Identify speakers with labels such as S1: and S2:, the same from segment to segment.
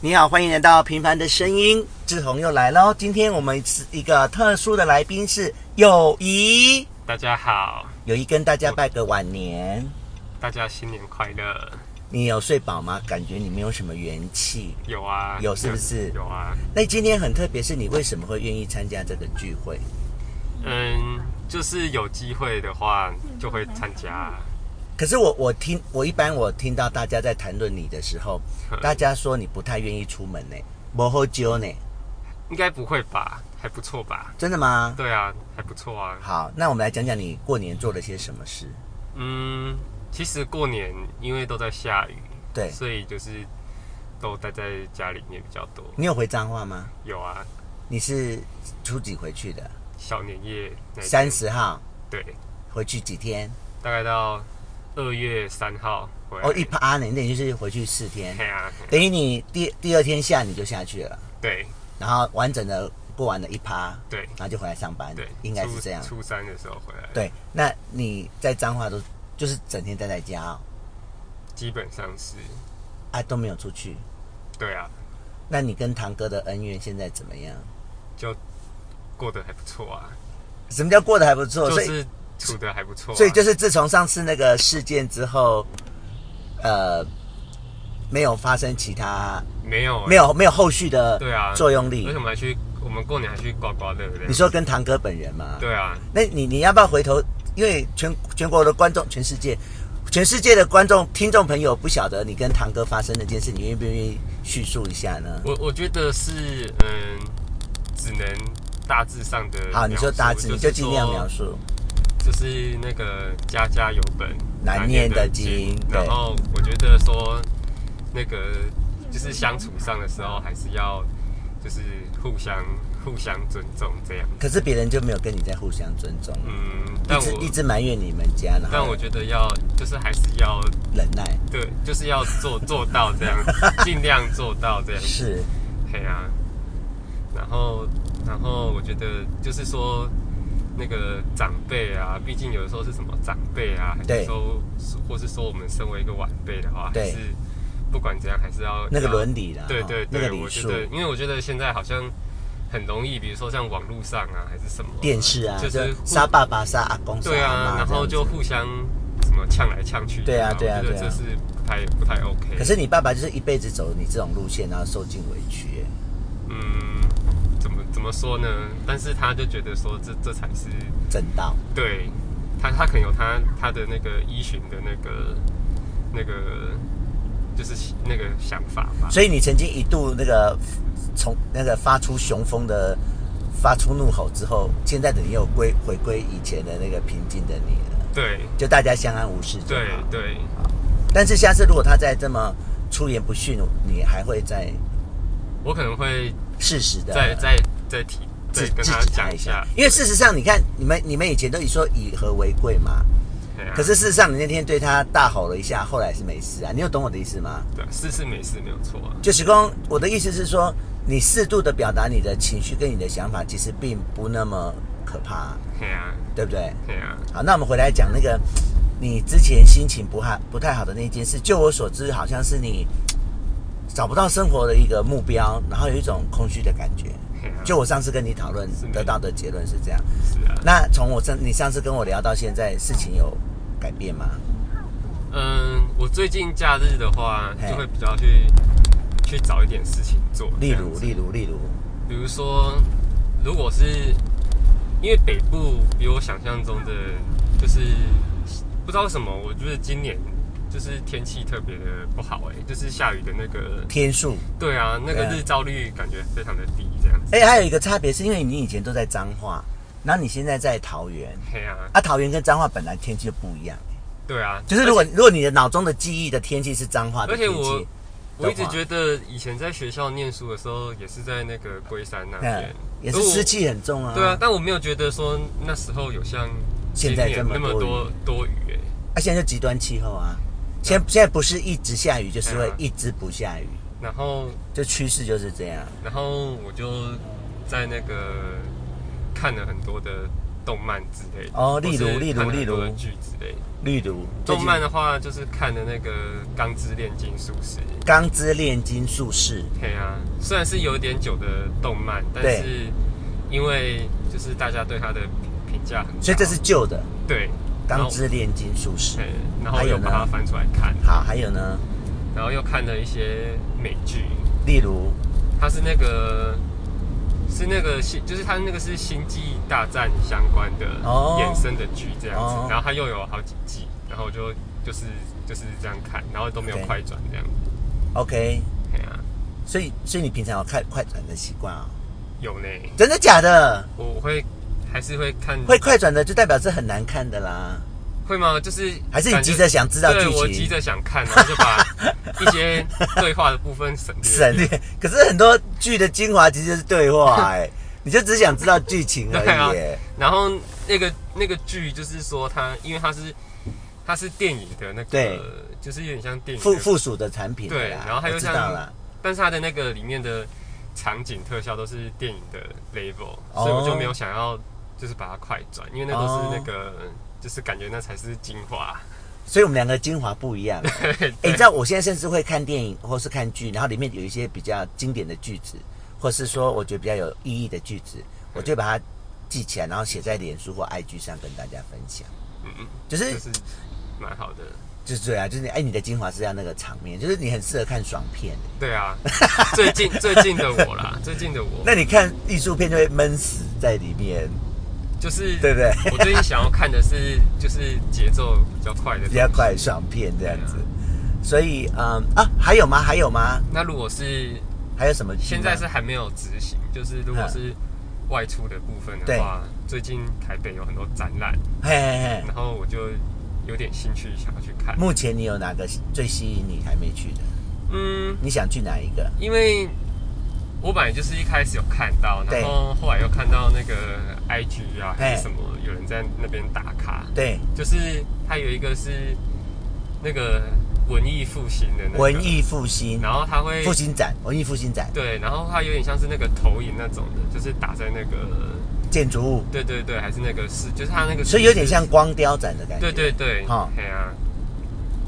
S1: 你好，欢迎来到《平凡的声音》，志宏又来喽。今天我们是一个特殊的来宾是友谊，
S2: 大家好，
S1: 友谊跟大家拜个晚年。
S2: 大家新年快乐！
S1: 你有睡饱吗？感觉你没有什么元气。
S2: 有啊，
S1: 有是不是
S2: 有啊，
S1: 那今天很特别，是你为什么会愿意参加这个聚会？
S2: 嗯，就是有机会的话就会参加。
S1: 可是我我听我一般我听到大家在谈论你的时候，
S2: 嗯
S1: 大家说你不太愿意出门呢，不喝酒呢，
S2: 应该不会吧？还不错吧？
S1: 真的吗？
S2: 对啊，还不错啊。
S1: 好，那我们来讲讲你过年做了些什么事。
S2: 嗯，其实过年因为都在下雨，
S1: 对
S2: 所以就是都待在家里面比较多。
S1: 你有回彰化吗？
S2: 有啊，
S1: 你是初几回去的？
S2: 小年夜那一天
S1: 三十号
S2: 对，
S1: 回去几天？
S2: 大概到二月三号回来。
S1: 哦，一趴呢，那就是回去四天
S2: 嘿，啊，嘿啊
S1: 等于你第第二天下你就下去了，
S2: 对
S1: 然后完整的过完了一趴，
S2: 对
S1: 然后就回来上班，
S2: 对，
S1: 应该
S2: 初
S1: 是这样。
S2: 初三的时候回来，，
S1: 对，那你在彰化都就是整天待在家、哦、
S2: 基本上是，
S1: 啊，都没有出去。
S2: 对啊，
S1: 那你跟堂哥的恩怨现在怎么样？
S2: 过得还不错啊，
S1: 什么叫过得还不错？
S2: 就
S1: 哦所
S2: 是处得还不错啊、
S1: 以所以就是自从上次那个事件之后，呃，没有发生其他
S2: 没有欸
S1: 没有没有后续的
S2: 对啊
S1: 作用力
S2: 为。什么还去我们过年还去刮刮乐嘞？
S1: 你说跟堂哥本人吗？
S2: 对啊，
S1: 那你你要不要回头？因为全全国的观众，全世界，全世界的观众听众朋友不晓得你跟堂哥发生那件事，你愿不愿意叙述一下呢？
S2: 我我觉得是嗯，只能大致上的
S1: 好，你说大致，你就尽量描
S2: 描述，
S1: 述。
S2: 就是那个家家有本
S1: 难念的
S2: 经
S1: 经，对
S2: 然后我觉得说那个就是相处上的时候还是要就是互相互相尊重这样，
S1: 可是别人就没有跟你在互相尊重，
S2: 嗯，但
S1: 一直
S2: 我
S1: 一直埋怨你们家，然
S2: 但
S1: 后
S2: 我觉得要就是还是要
S1: 忍耐。
S2: 对，就是要做做到这样，尽量做到这样。
S1: 是，
S2: 嘿啊，然后然后我觉得就是说那个长辈啊，毕竟有的时候是什么长辈啊，还
S1: 对
S2: 是说或是说我们身为一个晚辈的话，还
S1: 对
S2: 是不管怎样还是要
S1: 那个
S2: 要
S1: 伦理啦
S2: 对
S1: 哈
S2: 对
S1: 那个
S2: 对，
S1: 礼
S2: 我觉
S1: 数
S2: 得因为我觉得现在好像。很容易，比如说像网络上啊，还是什么啊
S1: 电视啊，
S2: 就
S1: 就是
S2: 互
S1: 杀爸爸、杀阿公、杀
S2: 对
S1: 阿
S2: 啊，
S1: 妈
S2: 然后
S1: 这样
S2: 就
S1: 子
S2: 互相什么呛来呛去的，
S1: 对啊对啊
S2: 我觉得
S1: 对啊
S2: 这是不太不太 OK。
S1: 可是你爸爸就是一辈子走你这种路线，然后受尽委屈。哎
S2: 嗯，怎么怎么说呢？但是他就觉得说这这才是
S1: 正道。
S2: 对他，他可能有他他的那个依循的那个那个就是那个想法吧。
S1: 所以你曾经一度那个从那个发出雄风的发出怒吼之后，现在的你又归回归以前的那个平静的你了，
S2: 对
S1: 就大家相安无事就
S2: 对
S1: 好。
S2: 对，
S1: 但是下次如果他再这么出言不逊，你还会再
S2: 我可能会
S1: 适时的
S2: 再再再提再
S1: 制
S2: 跟
S1: 制
S2: 他
S1: 止他
S2: 讲
S1: 一
S2: 一
S1: 下
S2: 下。，
S1: 因为事实上，你看你们你们以前都一说以和为贵嘛，
S2: 对啊
S1: 可是事实上你那天对他大吼了一下，后来是没事啊，你有懂我的意思吗？
S2: 对啊是是没事没有错啊。
S1: 就是说，我的意思是说，你适度的表达你的情绪跟你的想法，其实并不那么可怕，
S2: 对啊
S1: 对不对？
S2: 对啊，
S1: 好，那我们回来讲那个你之前心情不好不太好的那件事。就我所知，好像是你找不到生活的一个目标，然后有一种空虚的感觉。
S2: 对啊
S1: 就我上次跟你讨论
S2: 是没
S1: 得到的结论是这样。
S2: 是啊。
S1: 那从我上你上次跟我聊到现在，事情有改变吗？
S2: 嗯，我最近假日的话，
S1: 嘿
S2: 就会比较去去找一点事情做，
S1: 例
S2: 这样
S1: 如，
S2: 子
S1: 例如，例如，
S2: 比如说，如果是因为北部比我想象中的，就是不知道为什么，我觉得今年就是天气特别的不好、哎，就是下雨的那个，
S1: 天数。
S2: 对啊，那个
S1: 对啊
S2: 日照率感觉非常的低，这样子，
S1: 哎、还有一个差别是因为你以前都在彰化，然后你现在在桃园。
S2: 嘿啊，
S1: 啊，桃园跟彰化本来天气就不一样，
S2: 对啊，
S1: 就是如果如果你的脑中的记忆的天气是彰化的
S2: 而且
S1: 天
S2: 我
S1: 气，嗯
S2: 我一直觉得以前在学校念书的时候，也是在那个龟山那
S1: 嗯
S2: 边，，
S1: 也
S2: 可
S1: 是
S2: 我
S1: 湿气很重啊。
S2: 对啊，，但我没有觉得说那时候有像今
S1: 现在这
S2: 年
S1: 么
S2: 那么
S1: 多
S2: 多多雨哎、
S1: 啊，现在就极端气候啊，现在现在不是一直下雨，就是会
S2: 对啊
S1: 一直不下雨，
S2: 然后
S1: 就趋势就是这样。
S2: 然后我就在那个看了很多的动漫之类的。
S1: 哦例如
S2: 或是
S1: 例如
S2: 看很
S1: 例
S2: 多
S1: 如
S2: 的剧之类的。
S1: 绿毒
S2: 动漫的话，就是看的那个《钢之炼金术师》。
S1: 《钢之炼金术士》
S2: 对啊，虽然是有点久的动漫，但
S1: 对
S2: 是因为就是大家对它的评评价很高，
S1: 所以这是旧的《
S2: 对哦
S1: 钢之炼金术士
S2: 然后，》。嗯然后
S1: 还有
S2: 又
S1: 呢
S2: 把它翻出来看，
S1: 好，还有呢，
S2: 然后又看了一些美剧，
S1: 例如
S2: 它是那个是那个星，就是它那个是星际大战相关的
S1: 哦
S2: 衍生的剧这样子，
S1: 哦
S2: 然后它又有好几季，然后我就就是就是这样看，然后都没有
S1: OK
S2: 快转这样子，
S1: ，OK，
S2: 对啊，
S1: 所以所以你平常有看快转的习惯啊？
S2: 有呢，
S1: 真的假的？
S2: 我我会还是会看
S1: 会快转的就代表是很难看的啦。
S2: 会吗？就是
S1: 还是你
S2: 感觉
S1: 急着想知道剧
S2: 对，我
S1: 情
S2: 急着想看，然后就把一些对话的部分省略。
S1: 省略，可是很多剧的精华其实就是对话 哎、你就只想知道剧情而
S2: 对啊
S1: 已、哎
S2: 然后那个那个剧就是说它，因为它是它是电影的那
S1: 对
S2: 个，就是有点像电影
S1: 附
S2: 的，
S1: 附属的产品
S2: 对
S1: 啦
S2: 然后还有
S1: 我知
S2: 像
S1: 道啦，
S2: 但是它的那个里面的场景特效都是电影的 level，、
S1: 哦
S2: 所以我就没有想要就是把它快转，因为那都
S1: 哦
S2: 是那个、就是感觉那才是精 华。
S1: 所以我们两个精华不一 样。哎、你知道我现在甚至会看电影或是看剧，然后里面有一些比较经典的句子，或是说我觉得比较有意义的句子，我就把它记起来，然后写在脸书或 IG 上跟大家分享。
S2: 嗯嗯，
S1: 就是
S2: 就是蛮好的。
S1: 就是对啊，就是你哎，你的精华是要那个场面，就是你很适合看爽片。
S2: 对啊，最近最近的我啦，最近的我，
S1: 那你看艺术片就会闷死在里面，
S2: 就是
S1: 对不对？
S2: 我最近想要看的是，就是节奏比较快的。
S1: 比较。快爽片这样子。所以嗯啊，还有吗？还有吗？
S2: 那如果是
S1: 还有什么剧吗？
S2: 现在是还没有执行，就是如果
S1: 嗯
S2: 是外出的部分的话，最近台北有很多展览，
S1: 嘿嘿嘿。
S2: 然后我就有点兴趣想要去看。
S1: 目前你有哪个最吸引你还没去的？
S2: 嗯，
S1: 你想去哪一个？
S2: 因为我本来就是一开始有看到，
S1: 对
S2: 然后后来又看到那个 IG 啊还
S1: 嘿
S2: 是什么，有人在那边打卡。
S1: 对，
S2: 就是它有一个是那个文艺复兴的那个
S1: 文，艺复兴，
S2: 然后它会
S1: 复兴展，文艺复兴展，
S2: 对，然后它有点像是那个投影那种的，就是打在那个
S1: 建筑物，
S2: 对对对，还是那个是，就是它那个，
S1: 所以有点像光雕展的感觉。
S2: 对对对，
S1: 哈
S2: 嘿啊，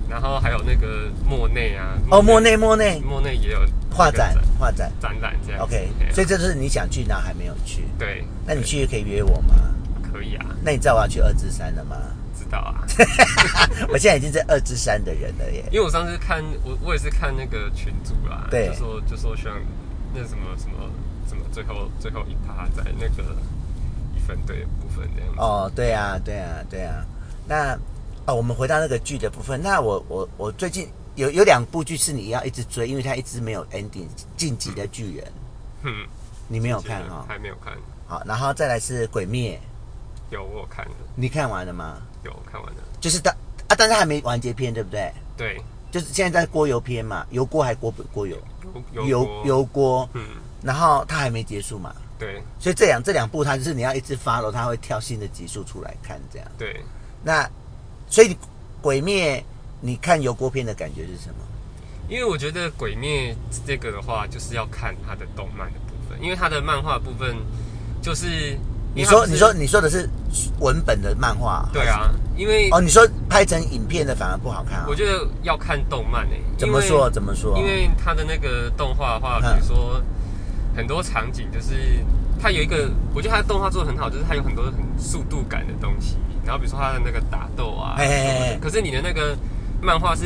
S2: 然后还有那个莫内啊，
S1: 哦，莫内莫内
S2: 莫内也有
S1: 画
S2: 那个
S1: 展画展
S2: 展览这样子
S1: ，OK，
S2: 嘿啊
S1: 所以这就是你想去，那还没有去。
S2: 对，
S1: 那你去可以约我吗？
S2: 可以啊，
S1: 那你知道我要去二之山了吗？
S2: 知 道啊，
S1: 我现在已经是二之山的人了耶。
S2: 因为我上次看我我也是看那个群主啦，
S1: 对
S2: 就说就说像那什么什么什么最后最后一趴在那个一分队的部分这样子。
S1: 哦，对啊，对啊，对啊。那哦，我们回到那个剧的部分。那我我我最近有有两部剧是你要一直追，因为它一直没有 ending，《晋级的巨人》
S2: 嗯，
S1: 你没有
S2: 我
S1: 看哦哈、
S2: 还没有看，
S1: 好，然后再来是《鬼灭》，
S2: 有我有看了，
S1: 你看完了吗？
S2: 有我看完了。
S1: 就是到啊，但是还没完结篇，对不对？
S2: 对，
S1: 就是现在在锅油篇嘛，油锅还锅不锅油？
S2: 有
S1: 油
S2: 有有，
S1: 油锅，
S2: 嗯，
S1: 然后它还没结束嘛，
S2: 对
S1: 所以这两这两部它就是你要一直 follow，它会跳新的集数出来看这样。
S2: 对，
S1: 那所以《鬼灭》，你看油锅片的感觉是什么？
S2: 因为我觉得《鬼灭》这个的话，就是要看它的动漫的部分，因为它的漫画部分就是
S1: 你说，
S2: 因
S1: 你
S2: 为它
S1: 说，
S2: 不是
S1: 你说的是文本的漫画？
S2: 对啊，因为
S1: 哦，你说拍成影片的反而不好看啊、
S2: 我觉得要看动漫诶、
S1: 怎
S2: 因
S1: 么
S2: 为
S1: 说？啊怎么说？
S2: 因为它的那个动画的话，
S1: 嗯
S2: 比如说很多场景，就是它有一个，我觉得它的动画做的很好，就是它有很多很速度感的东西。然后比如说它的那个打斗啊，
S1: 哎哎哎
S2: 什么的可是你的那个漫画是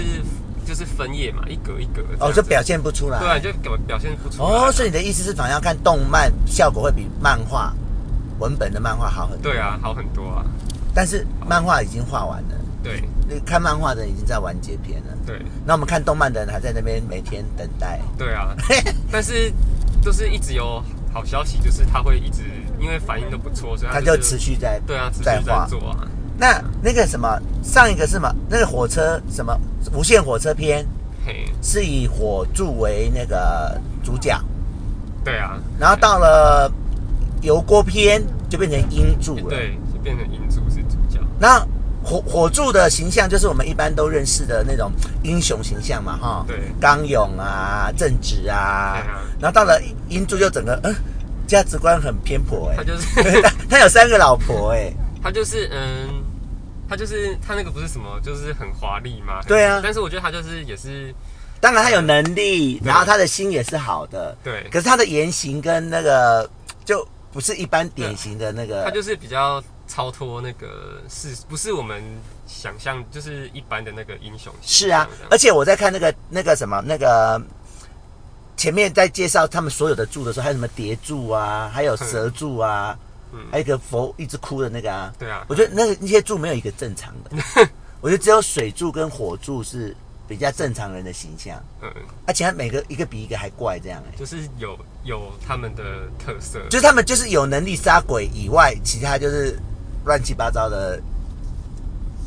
S2: 就是分页嘛，一格一格这
S1: 哦，
S2: 样
S1: 就
S2: 子
S1: 表现不出来。
S2: 对啊，你就表表现不出来啊。
S1: 哦，所以你的意思是，反而要看动漫效果会比漫画文本的漫画好很多。
S2: 对啊，好很多啊，
S1: 但是漫画已经画完了，
S2: 对
S1: 那看漫画的人已经在完结篇了。
S2: 对
S1: 那我们看动漫的人还在那边每天等待。
S2: 对啊，但是就是一直有好消息，就是它会一直因为反应都不错，所以
S1: 他
S2: 它
S1: 就是持续在
S2: 啊对啊，持续
S1: 在
S2: 在
S1: 画。
S2: 做啊，
S1: 那那个什么，上一个是什么？那个火车什么无限火车篇
S2: 嘿，
S1: 是以火柱为那个主角，
S2: 对啊，
S1: 然后到了油锅篇就变成鹰柱了。，
S2: 对，就变成银柱是主角，
S1: 那火火柱的形象就是我们一般都认识的那种英雄形象嘛，哈。
S2: 对
S1: 刚勇啊，正直啊
S2: 对啊，
S1: 然后到了呃鹰柱就整个嗯，价值观很偏颇哎、
S2: 他就是
S1: 他有三个老婆哎、
S2: 它就是嗯，它就是它那个不是什么，就是很华丽嘛。很
S1: 对啊
S2: 但是我觉得它就是也是
S1: 当然他有能力，
S2: 对
S1: 然后他的心也是好的，
S2: 对
S1: 可是他的言行跟那个就不是一般典型的那
S2: 它
S1: 个，
S2: 就是比较超脱那个是不是我们想象就是一般的那个英雄
S1: 是
S2: 形象
S1: 啊
S2: 这。样
S1: 而且我在看那个那个什么那个前面在介绍他们所有的柱的时候，还有什么叠柱啊，还有蛇柱啊，
S2: 嗯
S1: 还有一个佛一直哭的那个啊，
S2: 对啊，
S1: 我觉得那个那些柱没有一个正常 的，我觉得只有水柱跟火柱是比较正常人的形象，
S2: 嗯，
S1: 而且它每个一个比一个还怪这样哎、
S2: 就是有有他们的特色，
S1: 就是他们就是有能力杀鬼以外，其他就是乱七八糟的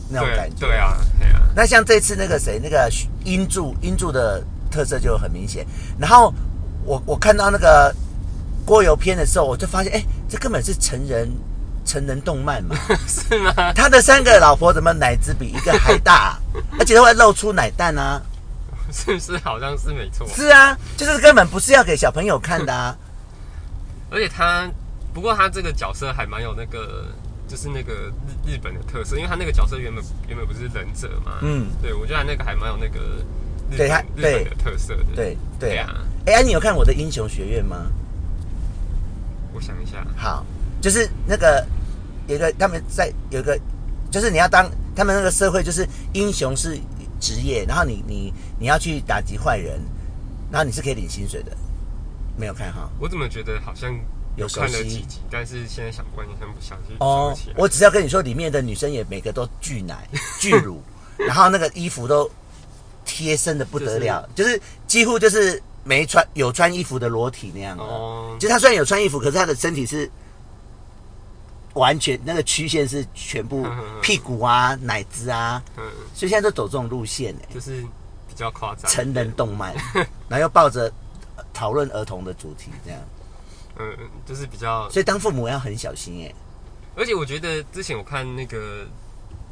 S1: 那种感
S2: 对
S1: 觉。
S2: 对啊，对啊，
S1: 那像这次那个谁，那个英柱，英柱的特色就很明显。然后我我看到那个郭油片的时候，我就发现，哎、这根本是成人成人动漫嘛。
S2: 是吗？
S1: 他的三个老婆怎么奶子比一个还 大，而且都会露出奶蛋啊？
S2: 是不是好像是没错？
S1: 是啊，就是根本不是要给小朋友看的啊。
S2: 而且他，不过他这个角色还蛮有那个，就是那个日日本的特色，因为他那个角色原本原本不是忍者嘛，
S1: 嗯，
S2: 对我觉得他那个还蛮有那个日
S1: 对他
S2: 本日
S1: 对
S2: 本的特色的，
S1: 对对
S2: 对
S1: 啊
S2: 啊。
S1: 哎、啊你有看我的英雄学院吗？
S2: 我想一下，
S1: 好，就是那个有一个他们在有一个，就是你要当他们那个社会就是英雄是职业，然后你你你要去打击坏人，然后你是可以领薪水的，没有看哈。
S2: 我怎么觉得好像
S1: 有熟
S2: 看了
S1: 悉
S2: 几集，但是现在想不完全不想去想
S1: 哦
S2: 不起，来。
S1: 我只要跟你说，里面的女生也每个都巨 奶巨乳，然后那个衣服都贴身的不得了，就是几乎就是没穿有穿衣服的裸体那样的。啊
S2: 哦
S1: 就她虽然有穿衣服，可是她的身体是完全那个曲线是全 部屁股啊、奶子啊，
S2: 嗯，
S1: 所以现在都走这种路线哎、
S2: 就是比较夸张，
S1: 成人动 漫，然后又抱着呃讨论儿童的主题这样，
S2: 嗯，就是比较
S1: 所以当父母要很小心哎、
S2: 而且我觉得之前我看那个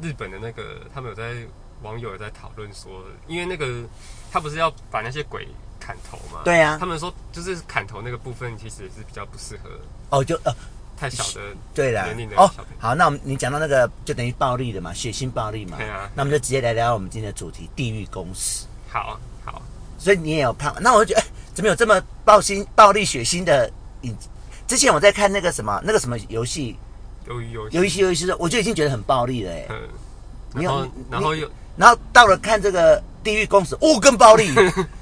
S2: 日本的那个，他们有在网友有在讨论说，因为那个他不是要把那些鬼砍头嘛？
S1: 对啊
S2: 他们说就是砍头那个部分其实是比较不适合
S1: 哦，就呃
S2: 太小的，
S1: 对啦
S2: 年龄，的
S1: 哦
S2: 小朋，友
S1: 好，那我们你讲到那个就等于暴力的嘛，血腥暴力嘛，
S2: 对啊
S1: 那我们就直接来聊我们今天的主题——地狱公使。
S2: 好好，
S1: 所以你也有看，那我就觉得、哎 怎么有这么暴心、暴力、血腥的影？之前我在看那个什么、那个什么游戏，
S2: 由于有
S1: 游戏游戏的时候，我就已经觉得很暴力了哎、
S2: 嗯，
S1: 你
S2: 然
S1: 有
S2: 后
S1: 你
S2: 然后又
S1: 然后到了看这个地狱公使，哦，更暴 力，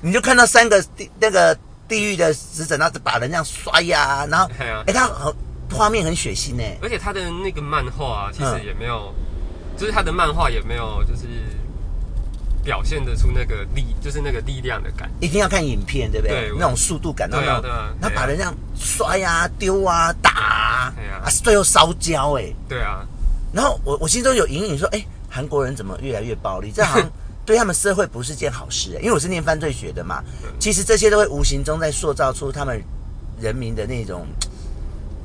S1: 你就看到三个地那个地狱的使者，然后把人这样摔呀、然后
S2: 对啊
S1: 哎、他很画面很血腥哎、
S2: 而且他的那个漫画、啊、其实
S1: 嗯
S2: 也没有，就是他的漫画也没有就是表现得出那个力，就是那个力量的感觉。
S1: 一定要看影片，对不对？
S2: 对我
S1: 那种速度感，然后那种
S2: 对啊对啊
S1: 然后
S2: 对啊
S1: 把人这样摔啊、丢啊、打啊，
S2: 对啊
S1: 最后烧焦哎、
S2: 对啊，
S1: 然后我我心中有隐隐说，哎，韩国人怎么越来越暴力？这 好像对他们社会不是件好事、哎因为我是念犯罪学的嘛，其实这些都会无形中在塑造出他们人民的那种，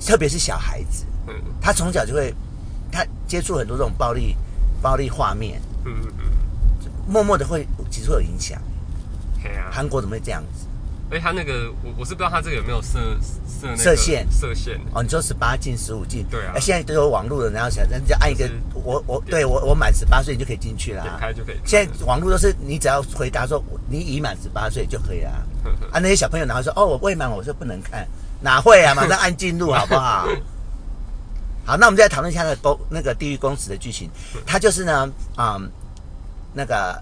S1: 特别是小孩子，
S2: 嗯
S1: 他从小就会他接触很多这种暴力暴力画面，
S2: 嗯嗯嗯，
S1: 默默的会其实会有影响。
S2: 对啊。
S1: 韩国怎么会这样子？
S2: 而且他那个，我我是不知道他这个有没有设设那个
S1: 设限
S2: 设限，
S1: 哦，你说十八禁、十五禁，
S2: 对啊
S1: 哎现在都有网络了，然后想，那你就按一个
S2: 就是，
S1: 我我对我我满十八岁你就可以进去啦、
S2: 点开就可以看
S1: 啊现在网络都是你只要回答说我你已满十八岁就可以啦、
S2: 呵呵
S1: 啊，那些小朋友然后说哦我未满，我说不能看，哪会啊？马上按进入好不好？好，那我们再来讨论一下那个公那个地狱公使的剧情，它就是呢，嗯，那个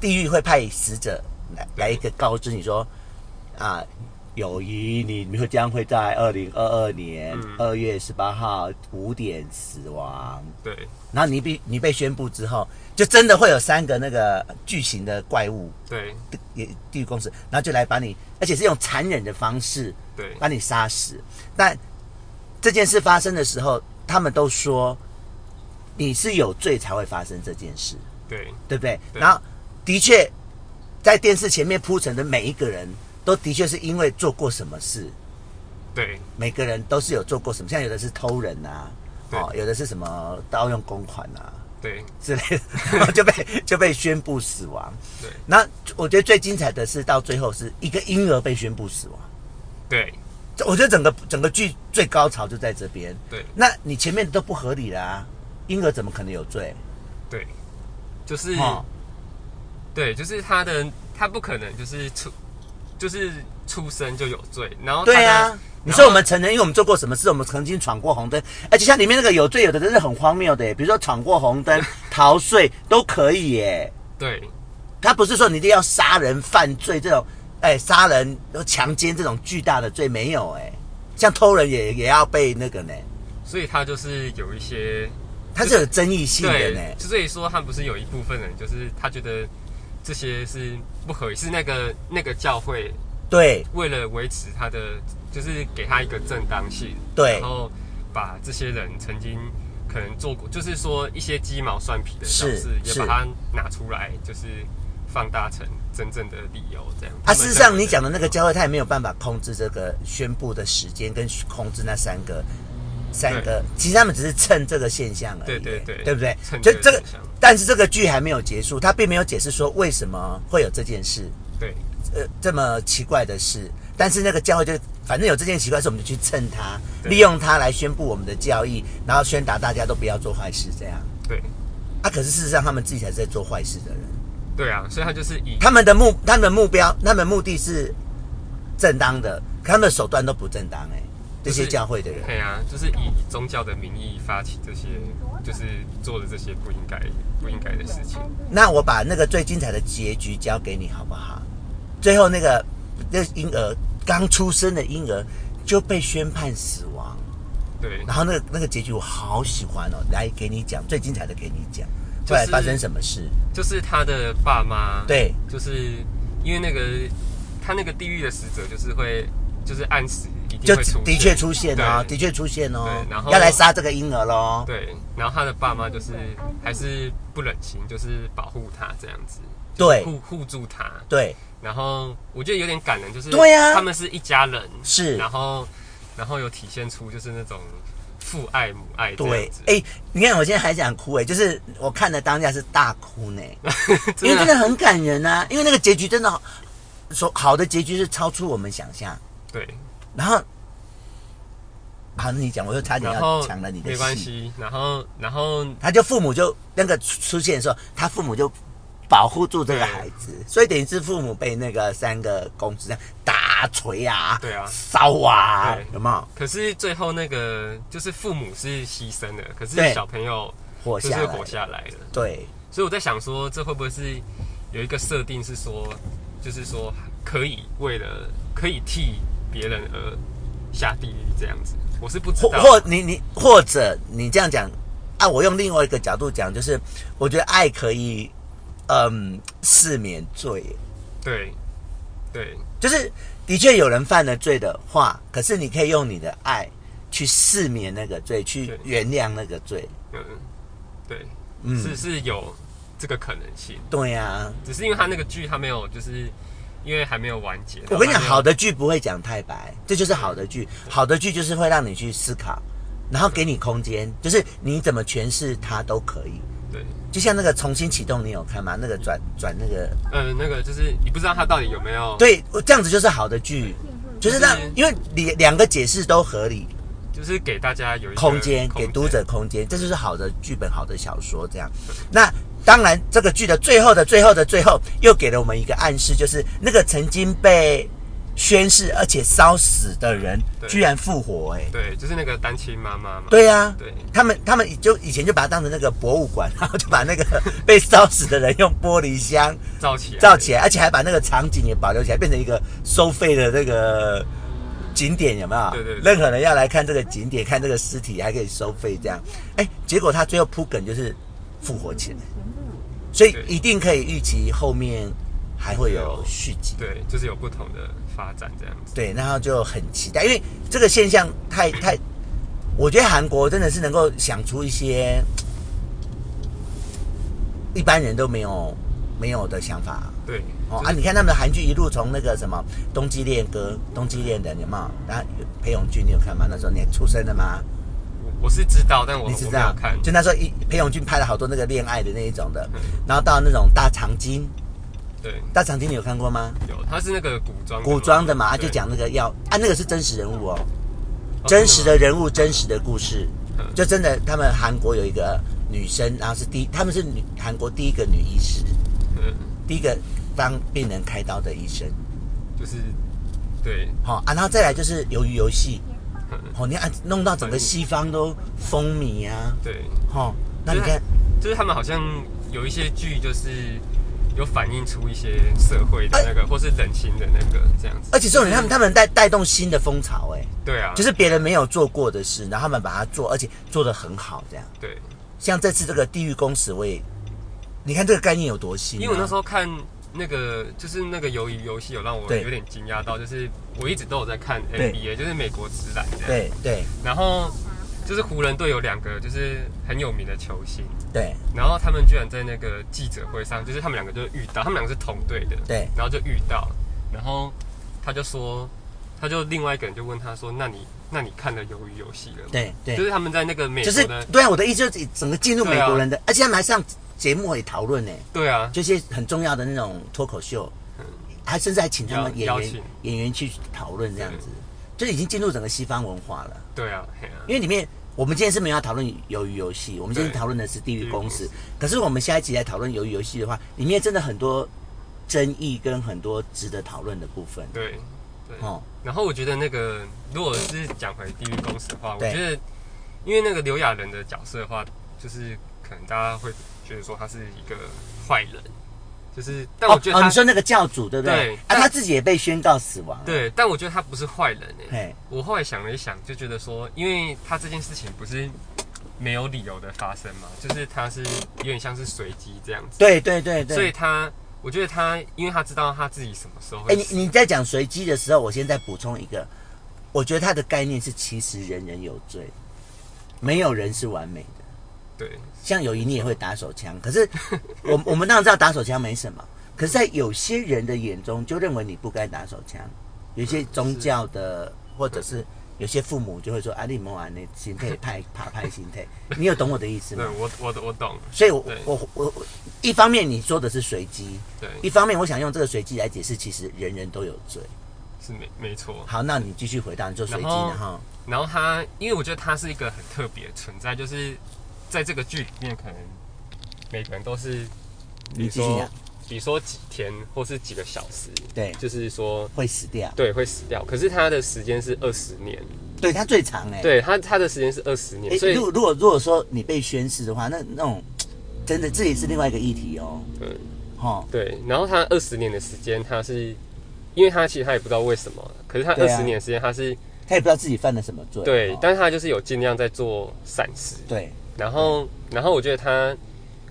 S1: 地狱会派使者来来一个告知你说，啊，友谊你你会将会在二零二二年
S2: 嗯
S1: 二月十八号五点死亡，
S2: 对
S1: 然后你被你被宣布之后，就真的会有三个那个巨型的怪物
S2: 对
S1: 地也地狱公使，然后就来把你，而且是用残忍的方式
S2: 对，
S1: 把你杀死。但这件事发生的时候，他们都说你是有罪才会发生这件事，
S2: 对
S1: 对不对？
S2: 对
S1: 然后的确，在电视前面铺陈的每一个人都的确是因为做过什么事，
S2: 对
S1: 每个人都是有做过什么，像有的是偷人啊，
S2: 对
S1: 哦，有的是什么盗用公款啊
S2: 对
S1: 之类的， 然后就被就被宣布死亡。
S2: 对
S1: 那我觉得最精彩的是到最后是一个婴儿被宣布死亡，
S2: 对
S1: 这我觉得整个整个剧最高潮就在这边。
S2: 对
S1: 那你前面都不合理啦、婴儿怎么可能有罪？
S2: 对，就是、
S1: 哦
S2: 对，就是他的他不可能就是出就是出生就有罪，然哦后他的
S1: 对啊，你
S2: 然后
S1: 说我们成人，因为我们做过什么事，我们曾经闯过红灯，而且像里面那个有罪，有的真是很荒谬的耶，比如说闯过红 灯、逃税都可以耶。
S2: 对
S1: 他不是说你一定要杀人犯罪这种，哎，杀人、强奸这种巨大的罪没有哎，像偷人也也要被那个呢，
S2: 所以他就是有一些
S1: 它是有争议性的呢。
S2: 对，所以说他不是有一部分人，就是他觉得这些是不合理，是那个那个教会
S1: 对
S2: 为了维持他的，就是给他一个正当性，
S1: 对啊
S2: 然后把这些人曾经可能做过，就是说一些鸡毛蒜皮的小
S1: 是
S2: 事，也
S1: 是
S2: 把它拿出来，就是放大成真正的理由，这样。
S1: 啊，事实上你讲的那个
S2: 教，
S1: 教会，他也没有办法控制这个宣布的时间跟控制那三个。三个，其实他们只是蹭这个现象而已，
S2: 对对对
S1: 对不对
S2: 蹭？
S1: 就
S2: 这个
S1: 这个
S2: 现象，
S1: 但是这个剧还没有结束，他并没有解释说为什么会有这件事，
S2: 对
S1: 呃，这么奇怪的事。但是那个教会就反正有这件奇怪事，我们就去蹭它，
S2: 对
S1: 利用它来宣布我们的教义，然后宣达大家都不要做坏事，这样
S2: 对
S1: 啊。可是事实上，他们自己才是在做坏事的人。
S2: 对啊，所以他就是以
S1: 他们的目，他们的目标，他们目的是正当的，可他们的手段都不正当哎、这
S2: 就是
S1: 些教会的人，
S2: 对啊，就是以宗教的名义发起这些，就是做的这些不应该不应该的事情。
S1: 那我把那个最精彩的结局交给你好不好？最后那个那婴儿刚出生的婴儿就被宣判死亡，
S2: 对，
S1: 然后那个那个结局我好喜欢哦，来给你讲最精彩的给你讲，
S2: 就是
S1: 后来发生什么事？
S2: 就是他的爸妈，
S1: 对，
S2: 就是因为那个他那个地狱的使者，就是会就是按时一定
S1: 就
S2: 会出现，
S1: 的确出现哦，的
S2: 对
S1: 确出现哦
S2: 对然，后
S1: 要来杀这个婴儿喽。
S2: 对，然后他的爸妈就是还是不忍心，就是保护他这样子，
S1: 对
S2: 护护住他，
S1: 对，
S2: 然后我觉得有点感人，就是
S1: 对啊
S2: 他们是一家人，
S1: 是
S2: 然后然后有体现出就是那种父爱母爱这
S1: 对
S2: 样子，
S1: 哎、你看我现在还想哭哎、就是我看的当下是大哭 呢，因为
S2: 的啊
S1: 真的很感人啊，因为那个结局真的好，说好的结局是超出我们想象。
S2: 对，
S1: 然后，好，那你讲，我又差点
S2: 然
S1: 要
S2: 后
S1: 抢了你的
S2: 没关。系，然后然后
S1: 他就父母就那个出现的时候，他父母就保护住这个孩子，
S2: 嗯
S1: 所以等于是父母被那个三个公子这样打锤啊，
S2: 对啊
S1: 烧啊
S2: 对，
S1: 有没有
S2: 可是最后那个就是父母是牺牲的，可是
S1: 对
S2: 小朋友
S1: 活
S2: 就
S1: 下
S2: 是
S1: 来？
S2: 活下来了。
S1: 对，
S2: 所以我在想说，这会不会是有一个设定是说，就是说可以为了可以替别人而下地狱这样子？我是不知
S1: 或
S2: 道。
S1: 或你你或者你这样讲啊，我用另外一个角度讲，就是我觉得爱可以，嗯，赦免罪，
S2: 对对
S1: 就是的确有人犯了罪的话，可是你可以用你的爱去赦免那个罪，去
S2: 对
S1: 原谅那个罪。
S2: 嗯对，
S1: 嗯
S2: 是是有这个可能性，
S1: 对啊呀、
S2: 只是因为他那个剧他没有，就是因为还没有完结。
S1: 我跟你
S2: 然
S1: 讲，
S2: 后还没有
S1: 好的剧不会讲太白，这就是好的剧。好的剧就是会让你去思考，然后给你空间，就是你怎么诠释它都可以。
S2: 对，
S1: 就像那个重新启动，你有看吗？那个转转那个
S2: 嗯，那个就是你不知道他到底有没有，
S1: 对，我这样子就是好的剧，就是让
S2: 就是
S1: 因为两两个解释都合理，
S2: 就是给大家有一个
S1: 空间
S2: 空
S1: 给读者空间，这就是好的剧本、好的小说这样。那当然，这个剧的最后的最后的最后，又给了我们一个暗示，就是那个曾经被宣誓而且烧死的人，
S2: 对
S1: 居然复活、哎，
S2: 对，就是那个单亲妈妈嘛。
S1: 对呀、
S2: 对
S1: 他们他们就以前就把它当成那个博物馆， 然后就把那个被烧死的人用玻璃箱
S2: 造起来，
S1: 造起来，而且还把那个场景也保留起来，变成一个收费的那个景点，有没有？
S2: 对对对
S1: 任何人要来看这个景点，看这个尸体，还可以收费这样。哎，结果他最后铺梗就是复活起来，
S2: 嗯
S1: 所以
S2: 对
S1: 一定可以预期后面还会有续集。
S2: 对，就是有不同的发展这样子。
S1: 对，然后就很期待，因为这个现象太太，我觉得韩国真的是能够想出一些一般人都没有没有的想法。
S2: 对，
S1: 哦
S2: 就
S1: 啊，
S2: 是
S1: 你看他们的韩剧一路从那个什么《冬季恋歌》《冬季恋人》有没有？然后裴勇俊你有看吗？那时候你出生的吗？
S2: 我我是知道，但我
S1: 你知
S2: 我没有
S1: 道
S2: 看，，
S1: 就那时候一裴勇俊拍了好多那个恋爱的那一种的
S2: 嗯，
S1: 然后到那种大长今，
S2: 对，
S1: 大长今你有看过吗？
S2: 有，它是那个古装
S1: 古装的嘛，啊
S2: 对
S1: 就讲那个要啊，那个是真实人物哦，
S2: 哦
S1: 真实的人物，真实的故事
S2: 嗯，
S1: 就真的他们韩国有一个女生，然后是第他们是女韩国第一个女医师，
S2: 嗯，
S1: 第一个帮病人开刀的医生。
S2: 就是对，
S1: 好、啊，然后再来就是鱿鱼游戏，
S2: 嗯
S1: 哦，你看、啊、弄到整个西方都风靡啊，
S2: 对，啊
S1: 哦，那你看，
S2: 就是他们好像有一些剧，就是有反映出一些社会的那个，或是人情的那个这样子。
S1: 哎而且这种人他们他们带带动新的风潮、哎，
S2: 对啊，
S1: 就是别人没有做过的事，然后他们把它做，而且做得很好，这样。
S2: 对，
S1: 像这次这个地狱公使，我也，你看这个概念有多新、啊，
S2: 因为我那时候看那个就是那个鱿鱼游戏，有让我
S1: 对
S2: 有点惊讶到，就是我一直都有在看
S1: 对
S2: NBA，就是美国职篮这样。
S1: 对对
S2: 然后就是湖人队有两个就是很有名的球星，
S1: 对
S2: 然后他们居然在那个记者会上，就是他们两个就遇到，他们两个是同队的，
S1: 对
S2: 然后就遇到，然后他就说，他就另外一个人就问他说，那你那你看了《鱿鱼游戏》了吗？，
S1: 对
S2: 就
S1: 对，
S2: 是他们在那个美
S1: 就
S2: 国
S1: 是
S2: 的，啊
S1: 对啊，我的意思就是整个进入美国人的，而且他们还上节目也讨论呢，欸
S2: 对啊，
S1: 这些很重要的那种脱口秀，
S2: 嗯
S1: 还甚至还请他们演
S2: 邀邀
S1: 员
S2: 请
S1: 演员去讨论这样子，就已经进入整个西方文化了。
S2: 对啊，嘿啊
S1: 因为里面我们今天是没有要讨论鱿鱼游戏，我们今天
S2: 对
S1: 讨论的是地狱公
S2: 地狱
S1: 司。可是我们下一集来讨论鱿鱼游戏的话，里面真的很多争议跟很多值得讨论的部分。
S2: 对对。
S1: 哦，
S2: 然后我觉得那个，如果是讲回地狱公使的话，我
S1: 对
S2: 觉得因为那个刘亚仁的角色的话，就是可能大家会觉得说他是一个坏人，就是，但我觉得
S1: 哦，
S2: 他、
S1: 你说那个教主对不对？
S2: 对
S1: 啊，
S2: 但
S1: 他自己也被宣告死亡。，
S2: 对，但我觉得他不是坏人哎、
S1: 嘿，
S2: 我后来想了一想，就觉得说，因为他这件事情不是没有理由的发生嘛，就是他是有点像是随机这样子，
S1: 对对对
S2: 所以
S1: 对。
S2: 他，我觉得他，因为他知道他自己什么时候
S1: 哎，
S2: 会
S1: 你
S2: 死，
S1: 你在讲随机的时候，我现在补充一个，我觉得他的概念是其实人人有罪，没有人是完美的。
S2: 对
S1: 像友谊你也会打手枪，可是我 我们当然知道打手枪没什么，可是，在有些人的眼中就认为你不该打手枪，有些宗教的或者是有些父母就会说啊，你莫安那心态派爬派心态，你有懂我的意思吗
S2: 对，？我我我懂，
S1: 所以我
S2: 对，
S1: 我我我一方面你说的是随机，
S2: 对，
S1: 一方面我想用这个随机来解释，其实人人都有罪。
S2: 是没没错。
S1: 好，那你继续回答，你说随机
S2: 然后
S1: 然后
S2: 然后他，因为我觉得他是一个很特别的存在，就是在这个剧里面，可能每个人都是，
S1: 你
S2: 比如
S1: 继续
S2: 说
S1: 讲，，
S2: 比如说几天或是几个小时，
S1: 啊对，
S2: 就是说，
S1: 会死掉，
S2: 对，会死掉。可是他的时间是二十年，
S1: 对他最长哎、
S2: 对他他的时间是二十年，所
S1: 诶，
S2: 以
S1: 如果如果如果说你被宣誓的话，那那种真的这也是另外一个议题哦，
S2: 嗯
S1: 哈，
S2: 对。然后他二十年的时间，他是因为他其实他也不知道为什么，可是他
S1: 对
S2: 二
S1: 啊
S2: 十年的时间他是
S1: 他也不知道自己犯了什么罪，
S2: 对
S1: 齁，
S2: 但是他就是有尽量在做善事。
S1: 对
S2: 然后，然后我觉得他，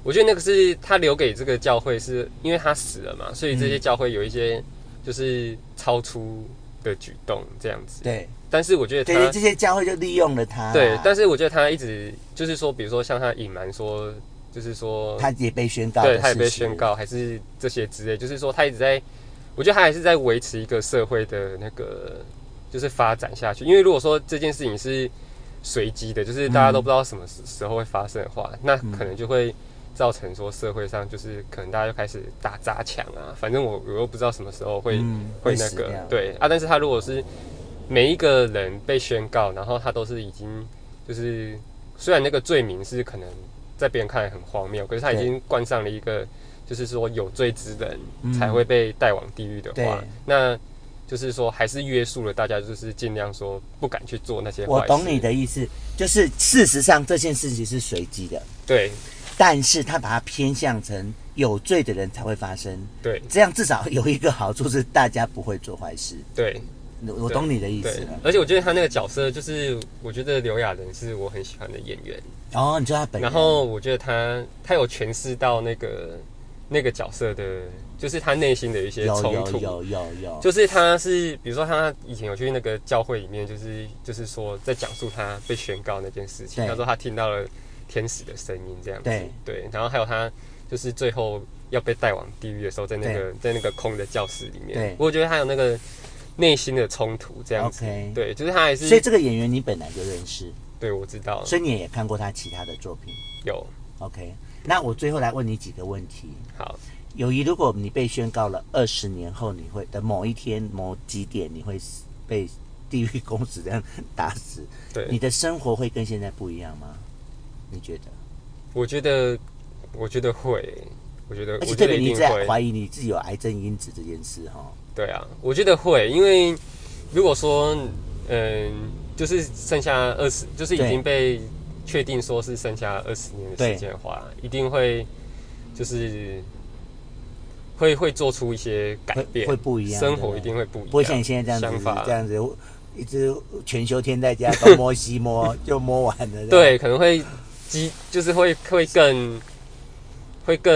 S2: 我觉得那个是他留给这个教会是，因为他死了嘛，所以这些
S1: 嗯
S2: 教会有一些就是超出的举动这样子。，
S1: 对
S2: 但是我觉得
S1: 对，
S2: 他
S1: 这，些啊教会就利用了他，
S2: 对，但是我觉得他一直就是说，比如说像他隐瞒说，就是说
S1: 他也被宣告，
S2: 对他也被宣，告，还是这些之类，就是说他一直在，我觉得他还是在维持一个社会的那个就是发展下去。因为如果说这件事情是随机的，就是大家都不知道什么时时候会发生的
S1: 嗯
S2: 话，那可能就会造成说社会上就是可能大家就开始打砸抢啊，反正我我又不知道什么时候会、
S1: 嗯
S2: 会
S1: 会
S2: 那
S1: 死
S2: 个
S1: 掉
S2: 对啊，但是他如果是每一个人被宣告，然后他都是已经就是虽然那个罪名是可能在别人看来很荒谬，可是他已
S1: 对
S2: 经冠上了一个就是说有罪之人
S1: 嗯
S2: 才会被带往地狱的
S1: 对
S2: 话，那就是说还是约束了大家，就是尽量说不敢去做那些坏
S1: 我
S2: 事。
S1: 懂你，的意思，就是事实上这件事情是随机的，
S2: 对
S1: 但是他把它偏向成有罪的人才会发生，
S2: 对
S1: 这样至少有一个好处是大家不会做坏事，
S2: 对
S1: 我我懂你的意思
S2: 对
S1: 了，，
S2: 而且我觉得他那个角色就是，我觉得刘亚仁是我很喜欢的演员，
S1: 哦，你说他本人
S2: 然后我觉得他他有诠释到那个那个角色的，就是他内心的一些
S1: 有
S2: 冲
S1: 有
S2: 突。
S1: 有有有，
S2: 就是他是，比如说他以前有去那个教会里面，就是就是说在讲述他被宣告那件事情。
S1: 对
S2: 他说他听到了天使的声音这样子，
S1: 对
S2: 然后还有他就是最后要被带往地狱的时候，在那个在那个空的教室里面，
S1: 对
S2: 我觉得他有那个内心的冲突这样子
S1: OK
S2: 对，就是他还是
S1: 所以这个演员你本来就认识，
S2: 对我知道
S1: 所以你也看过他其他的作品。
S2: 有
S1: OK，那我最后来问你几个问题。
S2: 好
S1: 友谊，如果你被宣告了二十年后你会的某一天某几点你会死被地狱公子这样打死，
S2: 对
S1: 你的生活会跟现在不一样吗？你觉得？
S2: 我觉得，我觉得会，我觉得，
S1: 而
S2: 我
S1: 且
S2: 觉
S1: 特
S2: 得
S1: 别
S2: 一
S1: 你
S2: 定
S1: 在
S2: 会。
S1: 怀疑你自己有癌症因子这件事哈、哦，
S2: 对啊，我觉得会，因为如果说，嗯，就是剩下二十，就是已
S1: 对
S2: 经被确定说是剩下二十年的时间的话，一定会就是会会做出一些改
S1: 会
S2: 变，
S1: 会不一样
S2: 生
S1: 对不
S2: 活
S1: 对
S2: 一定会不一样，
S1: 不会像你现在这样
S2: 想
S1: 子
S2: 法
S1: 这样子，一直全球天在家东摸西 摸就摸完了。这样，
S2: 对，可能会激，就是会会更会更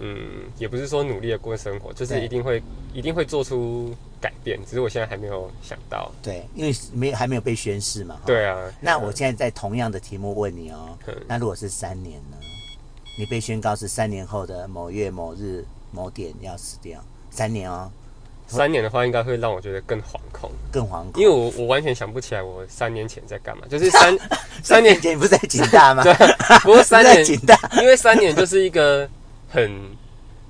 S2: 嗯，也不是说努力的过生活，就是
S1: 对
S2: 一定会一定会做出改变，只是我现在还没有想到。
S1: 对，因为没有还没有被宣誓嘛。哈。
S2: 对啊，
S1: 那我现在在同样的题目问你哦
S2: 嗯，
S1: 那如果是三年呢？你被宣告是三年后的某月某日某点要死掉，三年哦，
S2: 三年的话，应该会让我觉得更惶恐，
S1: 更惶恐。
S2: 因为我我完全想不起来我三年前在干嘛， 就是三三年，
S1: 前你不是在警大吗？
S2: 对，不过三
S1: 不
S2: 年
S1: 是在警大，
S2: 因为三年就是一个很。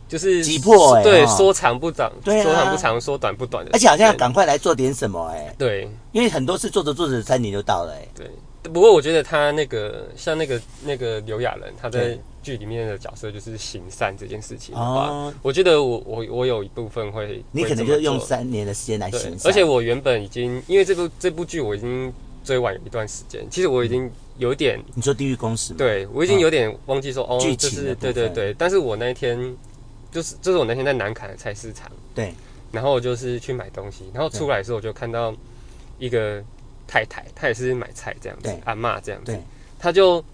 S2: 就是
S1: 急迫欸
S2: 对，
S1: 哦
S2: 说长不长，
S1: 对啊
S2: 说长不长，说短不短的时间，
S1: 而且好像要赶快来做点什么哎、
S2: 对，
S1: 因为很多事做着做着三年就到了哎、
S2: 对，不过我觉得他那个像那个那个刘亚仁，他在
S1: 对
S2: 剧里面的角色就是行善这件事情的话，
S1: 哦，
S2: 我觉得我我我有一部分会，
S1: 你
S2: 会
S1: 可能
S2: 这么
S1: 就用
S2: 做
S1: 三年的时间来
S2: 对
S1: 行，善，
S2: 而且我原本已经因为这部这部剧我已经追完一段时间，其实我
S1: 嗯
S2: 已经有点，
S1: 你说地狱公使吗？
S2: 对我已经
S1: 嗯
S2: 有点忘记说、哦，
S1: 剧
S2: 就
S1: 情
S2: 是
S1: 的
S2: 对
S1: 部
S2: 对
S1: 分
S2: 对，但是我那一天就是就是我那天在南坎的菜市场。
S1: 对
S2: 然后我就是去买东西，然后出来的时候我就看到一个太太，她也是买菜这样子
S1: 对，
S2: 阿嬷这样子
S1: 对，
S2: 她就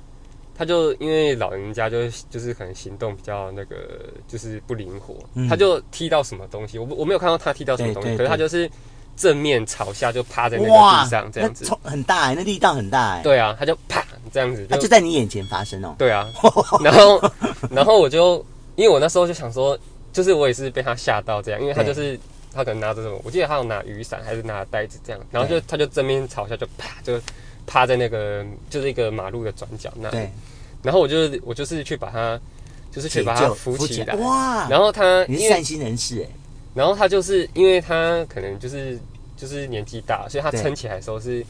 S2: 她就因为老人家就就是可能行动比较那个就是不灵活，
S1: 嗯
S2: 她就踢到什么东西，我不我没有看到她踢到什
S1: 对
S2: 么东西，
S1: 对
S2: 可是她
S1: 对
S2: 就是正面朝下就趴在那个地上这
S1: 那
S2: 样子，
S1: 从很大哎、那力道很大哎、
S2: 对啊，她就啪这样子
S1: 它就
S2: 就
S1: 在你眼前发生哦。
S2: 对啊， 然后然后我就因为我那时候就想说，就是我也是被他吓到这样，因为他
S1: 对
S2: 就是他可能拿着什么，我记得他有拿雨伞还是拿袋子这样，然后就他就正面朝下就啪就趴在那个就是一个马路的转角那 里
S1: 对，，
S2: 然后我就我就是去把他就是去
S1: 解
S2: 把他
S1: 救
S2: 扶起来，
S1: 哇！
S2: 然后他
S1: 你
S2: 因
S1: 是
S2: 为
S1: 善心人士哎、
S2: 然后他就是因为他可能就是就是年纪大，所以他
S1: 对
S2: 撑起来的时候是。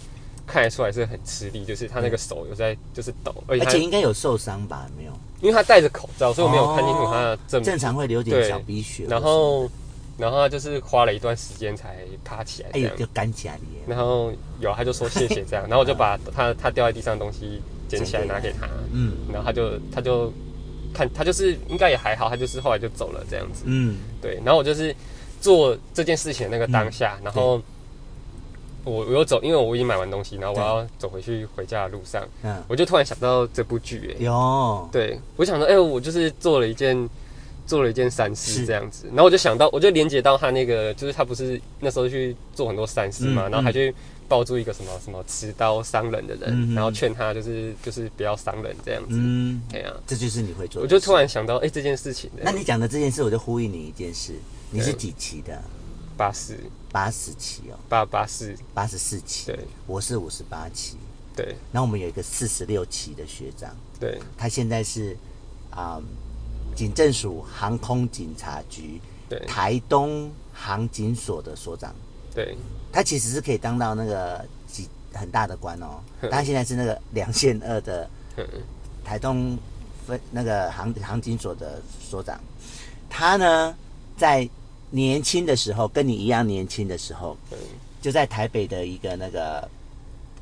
S2: 看得出来是很吃力，就是他那个手有在就是抖，而且
S1: 而
S2: 他
S1: 且应该有受伤吧？有没有，
S2: 因为他戴着口罩，所以我没有看清楚
S1: 哦
S2: 他的正面
S1: 正常会流点
S2: 对
S1: 小鼻血或什么的，
S2: 然后，然后他就是花了一段时间才爬起来
S1: 哎
S2: 这样
S1: 呦，。就干起来了耶
S2: 然后有他就说谢谢这样，然后我 就把他他掉在地上的东西捡起来
S1: 捡回来
S2: 拿给他，
S1: 嗯
S2: 然后他就他就看他就是应该也还好，他就是后来就走了这样子。
S1: 嗯，
S2: 对，然后我就是做这件事情的那个当下，然后我我又走，因为我已经买完东西，然后我
S1: 对
S2: 要走回去回家的路上，
S1: 嗯，
S2: 我就突然想到这部剧、哎，
S1: 有
S2: 对，我想说，哎、我就是做了一件做了一件善事
S1: 是
S2: 这样子，然后我就想到，我就连接到他那个，就是他不是那时候去做很多善事嘛，
S1: 嗯
S2: 然后还去抱住一个什么什么持刀伤人的人，
S1: 嗯嗯
S2: 然后劝他就是就是不要伤人这样子，
S1: 嗯，
S2: 对啊，
S1: 这就是你会做的事。
S2: 我就突然想到，哎、这件事情
S1: 那
S2: 的
S1: 你讲的这件事，我就呼应你一件事，你是几期的？
S2: 八四
S1: 八十期哦，
S2: 八八四，
S1: 八十四期
S2: 对。
S1: 我是五十八期。
S2: 对
S1: 然后我们有一个四十六期的学长，
S2: 对，
S1: 他现在是啊、警政署航空警察局
S2: 对
S1: 台东航警所的所长。
S2: 对，
S1: 他其实是可以当到那个几很大的官哦，但他现在是那个两线二的
S2: 嗯
S1: 台东分那个航航警所的所长，他呢在年轻的时候跟你一样年轻的时候，
S2: 嗯，
S1: 就在台北的一个那个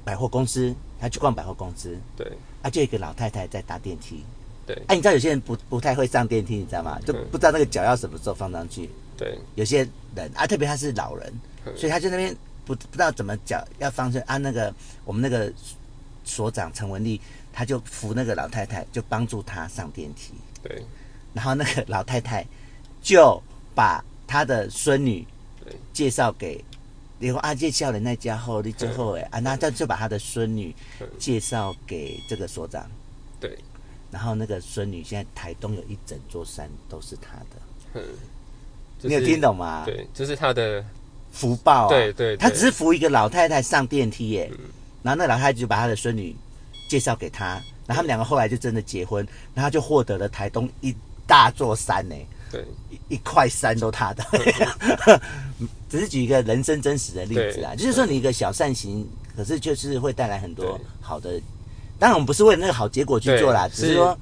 S1: 百货公司，他去逛百货公司，
S2: 对
S1: 啊，就有一个老太太在搭电梯。
S2: 对
S1: 哎、你知道有些人不不太会上电梯，你知道吗？就
S2: 嗯
S1: 不知道那个脚要什么时候放上去。
S2: 对
S1: 有些人啊，特别他是老人，
S2: 嗯
S1: 所以他就那边不不知道怎么讲要放生啊。那个我们那个所长陈文丽，他就扶那个老太太，就帮助她上电梯，
S2: 对
S1: 然后那个老太太就把她的孙女
S2: 对
S1: 介绍给。你说啊，这少年那家后，你之后哎，啊，那他就把他的孙女
S2: 嗯
S1: 介绍给这个所长，
S2: 对，
S1: 然后那个孙女现在台东有一整座山都是她的，
S2: 嗯，就
S1: 你有
S2: 是
S1: 听？懂吗？
S2: 对，就是他的
S1: 福报、啊。
S2: 对对对
S1: 他只是扶一个老太太上电梯耶，然后那老太太就把她的孙女介绍给他，然后他们两个后来就真的结婚，然后就获得了台东一大座山呢，
S2: 对
S1: 一一块山都他的。 只是举一个人生真实的例子啊，
S2: 对
S1: 就是说你一个小善行，可是就是会带来很多
S2: 对
S1: 好的。当然，我们不是为了那个好结果去做啦，
S2: 对
S1: 只是说
S2: 是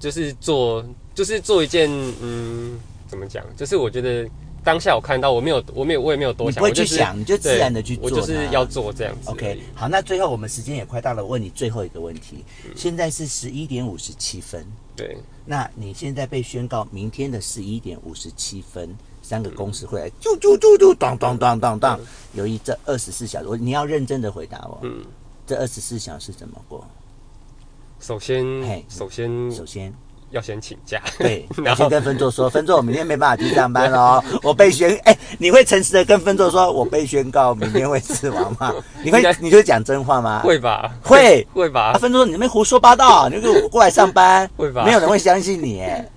S2: 就是做就是做一件嗯，怎么讲？就是我觉得当下我看到我没有我没有我也没有多
S1: 你
S2: 想，
S1: 不会
S2: 我就
S1: 去
S2: 是
S1: 想你就自
S2: 对
S1: 然地去
S2: 我
S1: 做
S2: 就是
S1: 它
S2: 要做这样子而已。
S1: OK，好，那最后我们时间也快到了，我问你最后一个问题。
S2: 嗯
S1: 现在是十一点五十七分，
S2: 对，
S1: 那你现在被宣告明天的十一点五十七分，三个公司会来啾啾啾啾，当当当当当，有一这二十四小时，我你要认真的回答我。
S2: 嗯，
S1: 这二十四小时怎么过？
S2: 首先
S1: 嘿
S2: 首先
S1: 首 先，
S2: 要先请假，，
S1: 对我
S2: 嗯然
S1: 先
S2: 后
S1: 跟分座说，分 座我明天没办法去上班哦，我被宣， 哎、你会诚实的跟分座说，我被宣告明天会死亡 吗？你会
S2: 应该
S1: 你会讲真话吗？
S2: 会吧？
S1: 会
S2: 会 吧
S1: 啊，？分座你那边胡说八道，你给我过来上班，
S2: 会吧
S1: 没有人会相信你，哎，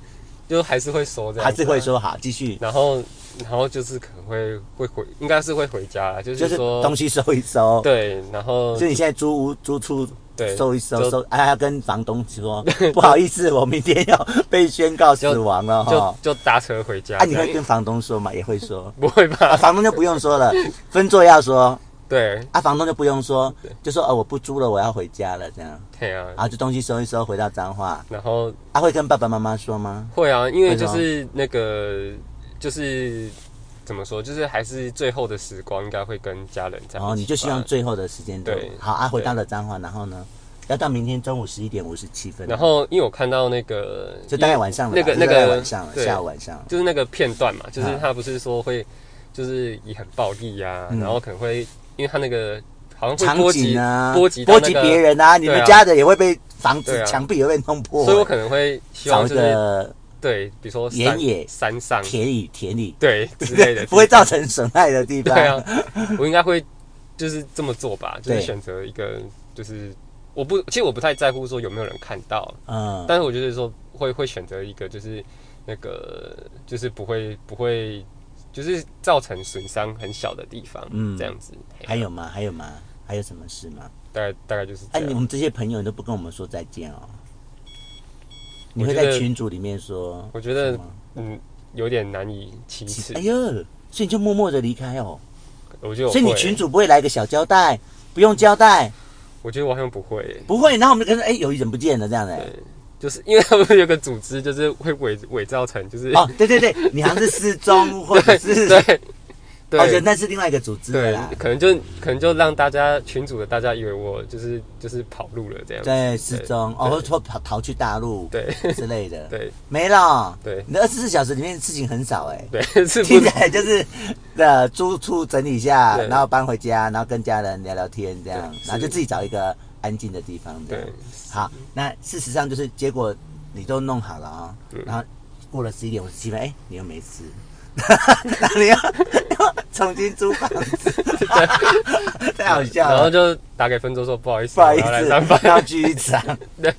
S2: 就还是会说这样，
S1: 还是会。说好，继续，
S2: 然后然后就是可能会会回，应该是会回家啦，就
S1: 就是是
S2: 说
S1: 东西收一收。
S2: 对，然后
S1: 所以你现在租屋租出
S2: 哦对
S1: 收一收
S2: 就
S1: 收，哎、啊，要跟房东说，不好意思，我明天 要被宣告死亡了
S2: 就哦
S1: 哈。
S2: 就搭车回家
S1: 啊，
S2: 这样。
S1: 你 会跟房东说吗？也会说，
S2: 不会
S1: 啊，
S2: 吧？
S1: 房东就不用说 了，分座要说，
S2: 对，
S1: 啊，房东就不用说，就说哦，我不租了，我要回家了，这样，
S2: 对啊
S1: 然。后就东西收一收，回到彰化。
S2: 然后
S1: 啊，会跟爸爸妈妈说吗？
S2: 会啊，因为
S1: 为什
S2: 就
S1: 么
S2: 是那个就是怎么说，就是还是最后的时光应该会跟家人在一起吧。
S1: 然哦后你就希望最后的时间都
S2: 对
S1: 好啊，回到了彰化，然后呢，要到明天中午十一点五十七分，
S2: 然后因为我看到那个
S1: 就大概晚上了吧，
S2: 那个
S1: 就
S2: 那
S1: 大概
S2: 个
S1: 晚上了，
S2: 对
S1: 下午晚上了，
S2: 就是那个片段嘛，就是
S1: 啊
S2: 他不是说会就是以很暴力呀、
S1: 嗯
S2: 然后可能会因为他那个好像
S1: 场
S2: 会波及
S1: 景啊，
S2: 波及到
S1: 波
S2: 那
S1: 及
S2: 个
S1: 别，人啊，你们
S2: 对啊
S1: 家的也会被房子
S2: 对啊
S1: 墙壁也会被弄破，
S2: 所以我可能会希
S1: 找
S2: 望
S1: 一
S2: 就是
S1: 个
S2: 对，比如说山
S1: 原野
S2: 山上
S1: 田里田里
S2: 对之类的，
S1: 不会造成损害的 地方，
S2: 对啊，我应该会就是这么做吧，就是
S1: 对
S2: 选择一个就是我不，其实我不太在乎说有没有人看到，
S1: 嗯，
S2: 但是我就是说会会选择一个就是那个就是不会不会就是造成损伤很小的地方，
S1: 嗯
S2: 这样子，嘿
S1: 还有吗？还有吗？还有什么事吗？
S2: 大概大概就是这
S1: 哎、你
S2: 样。
S1: 们这些朋友都不跟我们说再见哦。你
S2: 我
S1: 会
S2: 觉得
S1: 在群组里面说？
S2: 我觉得
S1: 什么
S2: 嗯有点难以启齿
S1: 哎，呦，所以你就默默的离开哦。
S2: 我觉得我
S1: 所以你
S2: 会
S1: 群，主不会来个小交代，不用交代，
S2: 我觉得我好像不会。
S1: 不会。然后我们就跟说，哎、有一人不见了这样的、
S2: 对，就是因为他们有个组织，就是会伪伪造成，就是
S1: 哦，对对对，你好像是失踪或者
S2: 对
S1: 是，
S2: 对
S1: 哦，
S2: 对，
S1: 那是另外一个组织的啊
S2: 对
S1: 啦，。
S2: 可能就可能就让大家群主的大家以为我就是就是跑路了这样。
S1: 对，失踪哦，
S2: 对
S1: 或者说逃逃去大陆
S2: 对
S1: 之类的，
S2: 对
S1: 没了。
S2: 对
S1: 你的二十四小时里面事情很少哎、
S2: 对，是
S1: 听
S2: 不
S1: 起？来就是呃，住处整理一下，
S2: 对
S1: 然后搬回家，然后跟家人聊聊天，这样
S2: 对，是
S1: 然后就自己找一个安静的地方，这样
S2: 对。
S1: 好，那事实上就是结果你都弄好了啊、
S2: 嗯
S1: 然后过了十一点五十七分，哎，你又没事。 然 后你要要重新租房 子， 太好笑
S2: 然后
S1: 了。
S2: 就打给分州说不好意思，
S1: 啊不好意
S2: 我要来
S1: 思
S2: 上班，。
S1: 要聚一场。
S2: 对，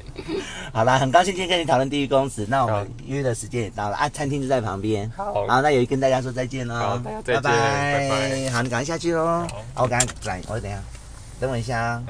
S1: 好啦，很高兴今天跟你讨论地狱公子。那我
S2: 好
S1: 们约的时间也到了啊，餐厅就在旁边。
S2: 好
S1: 好，那也跟大家说再见喽。
S2: 好大家再见
S1: 拜
S2: 拜拜
S1: 好，你赶快下去喽。
S2: 好
S1: 好，我赶快转，我等一下，等我一下啊。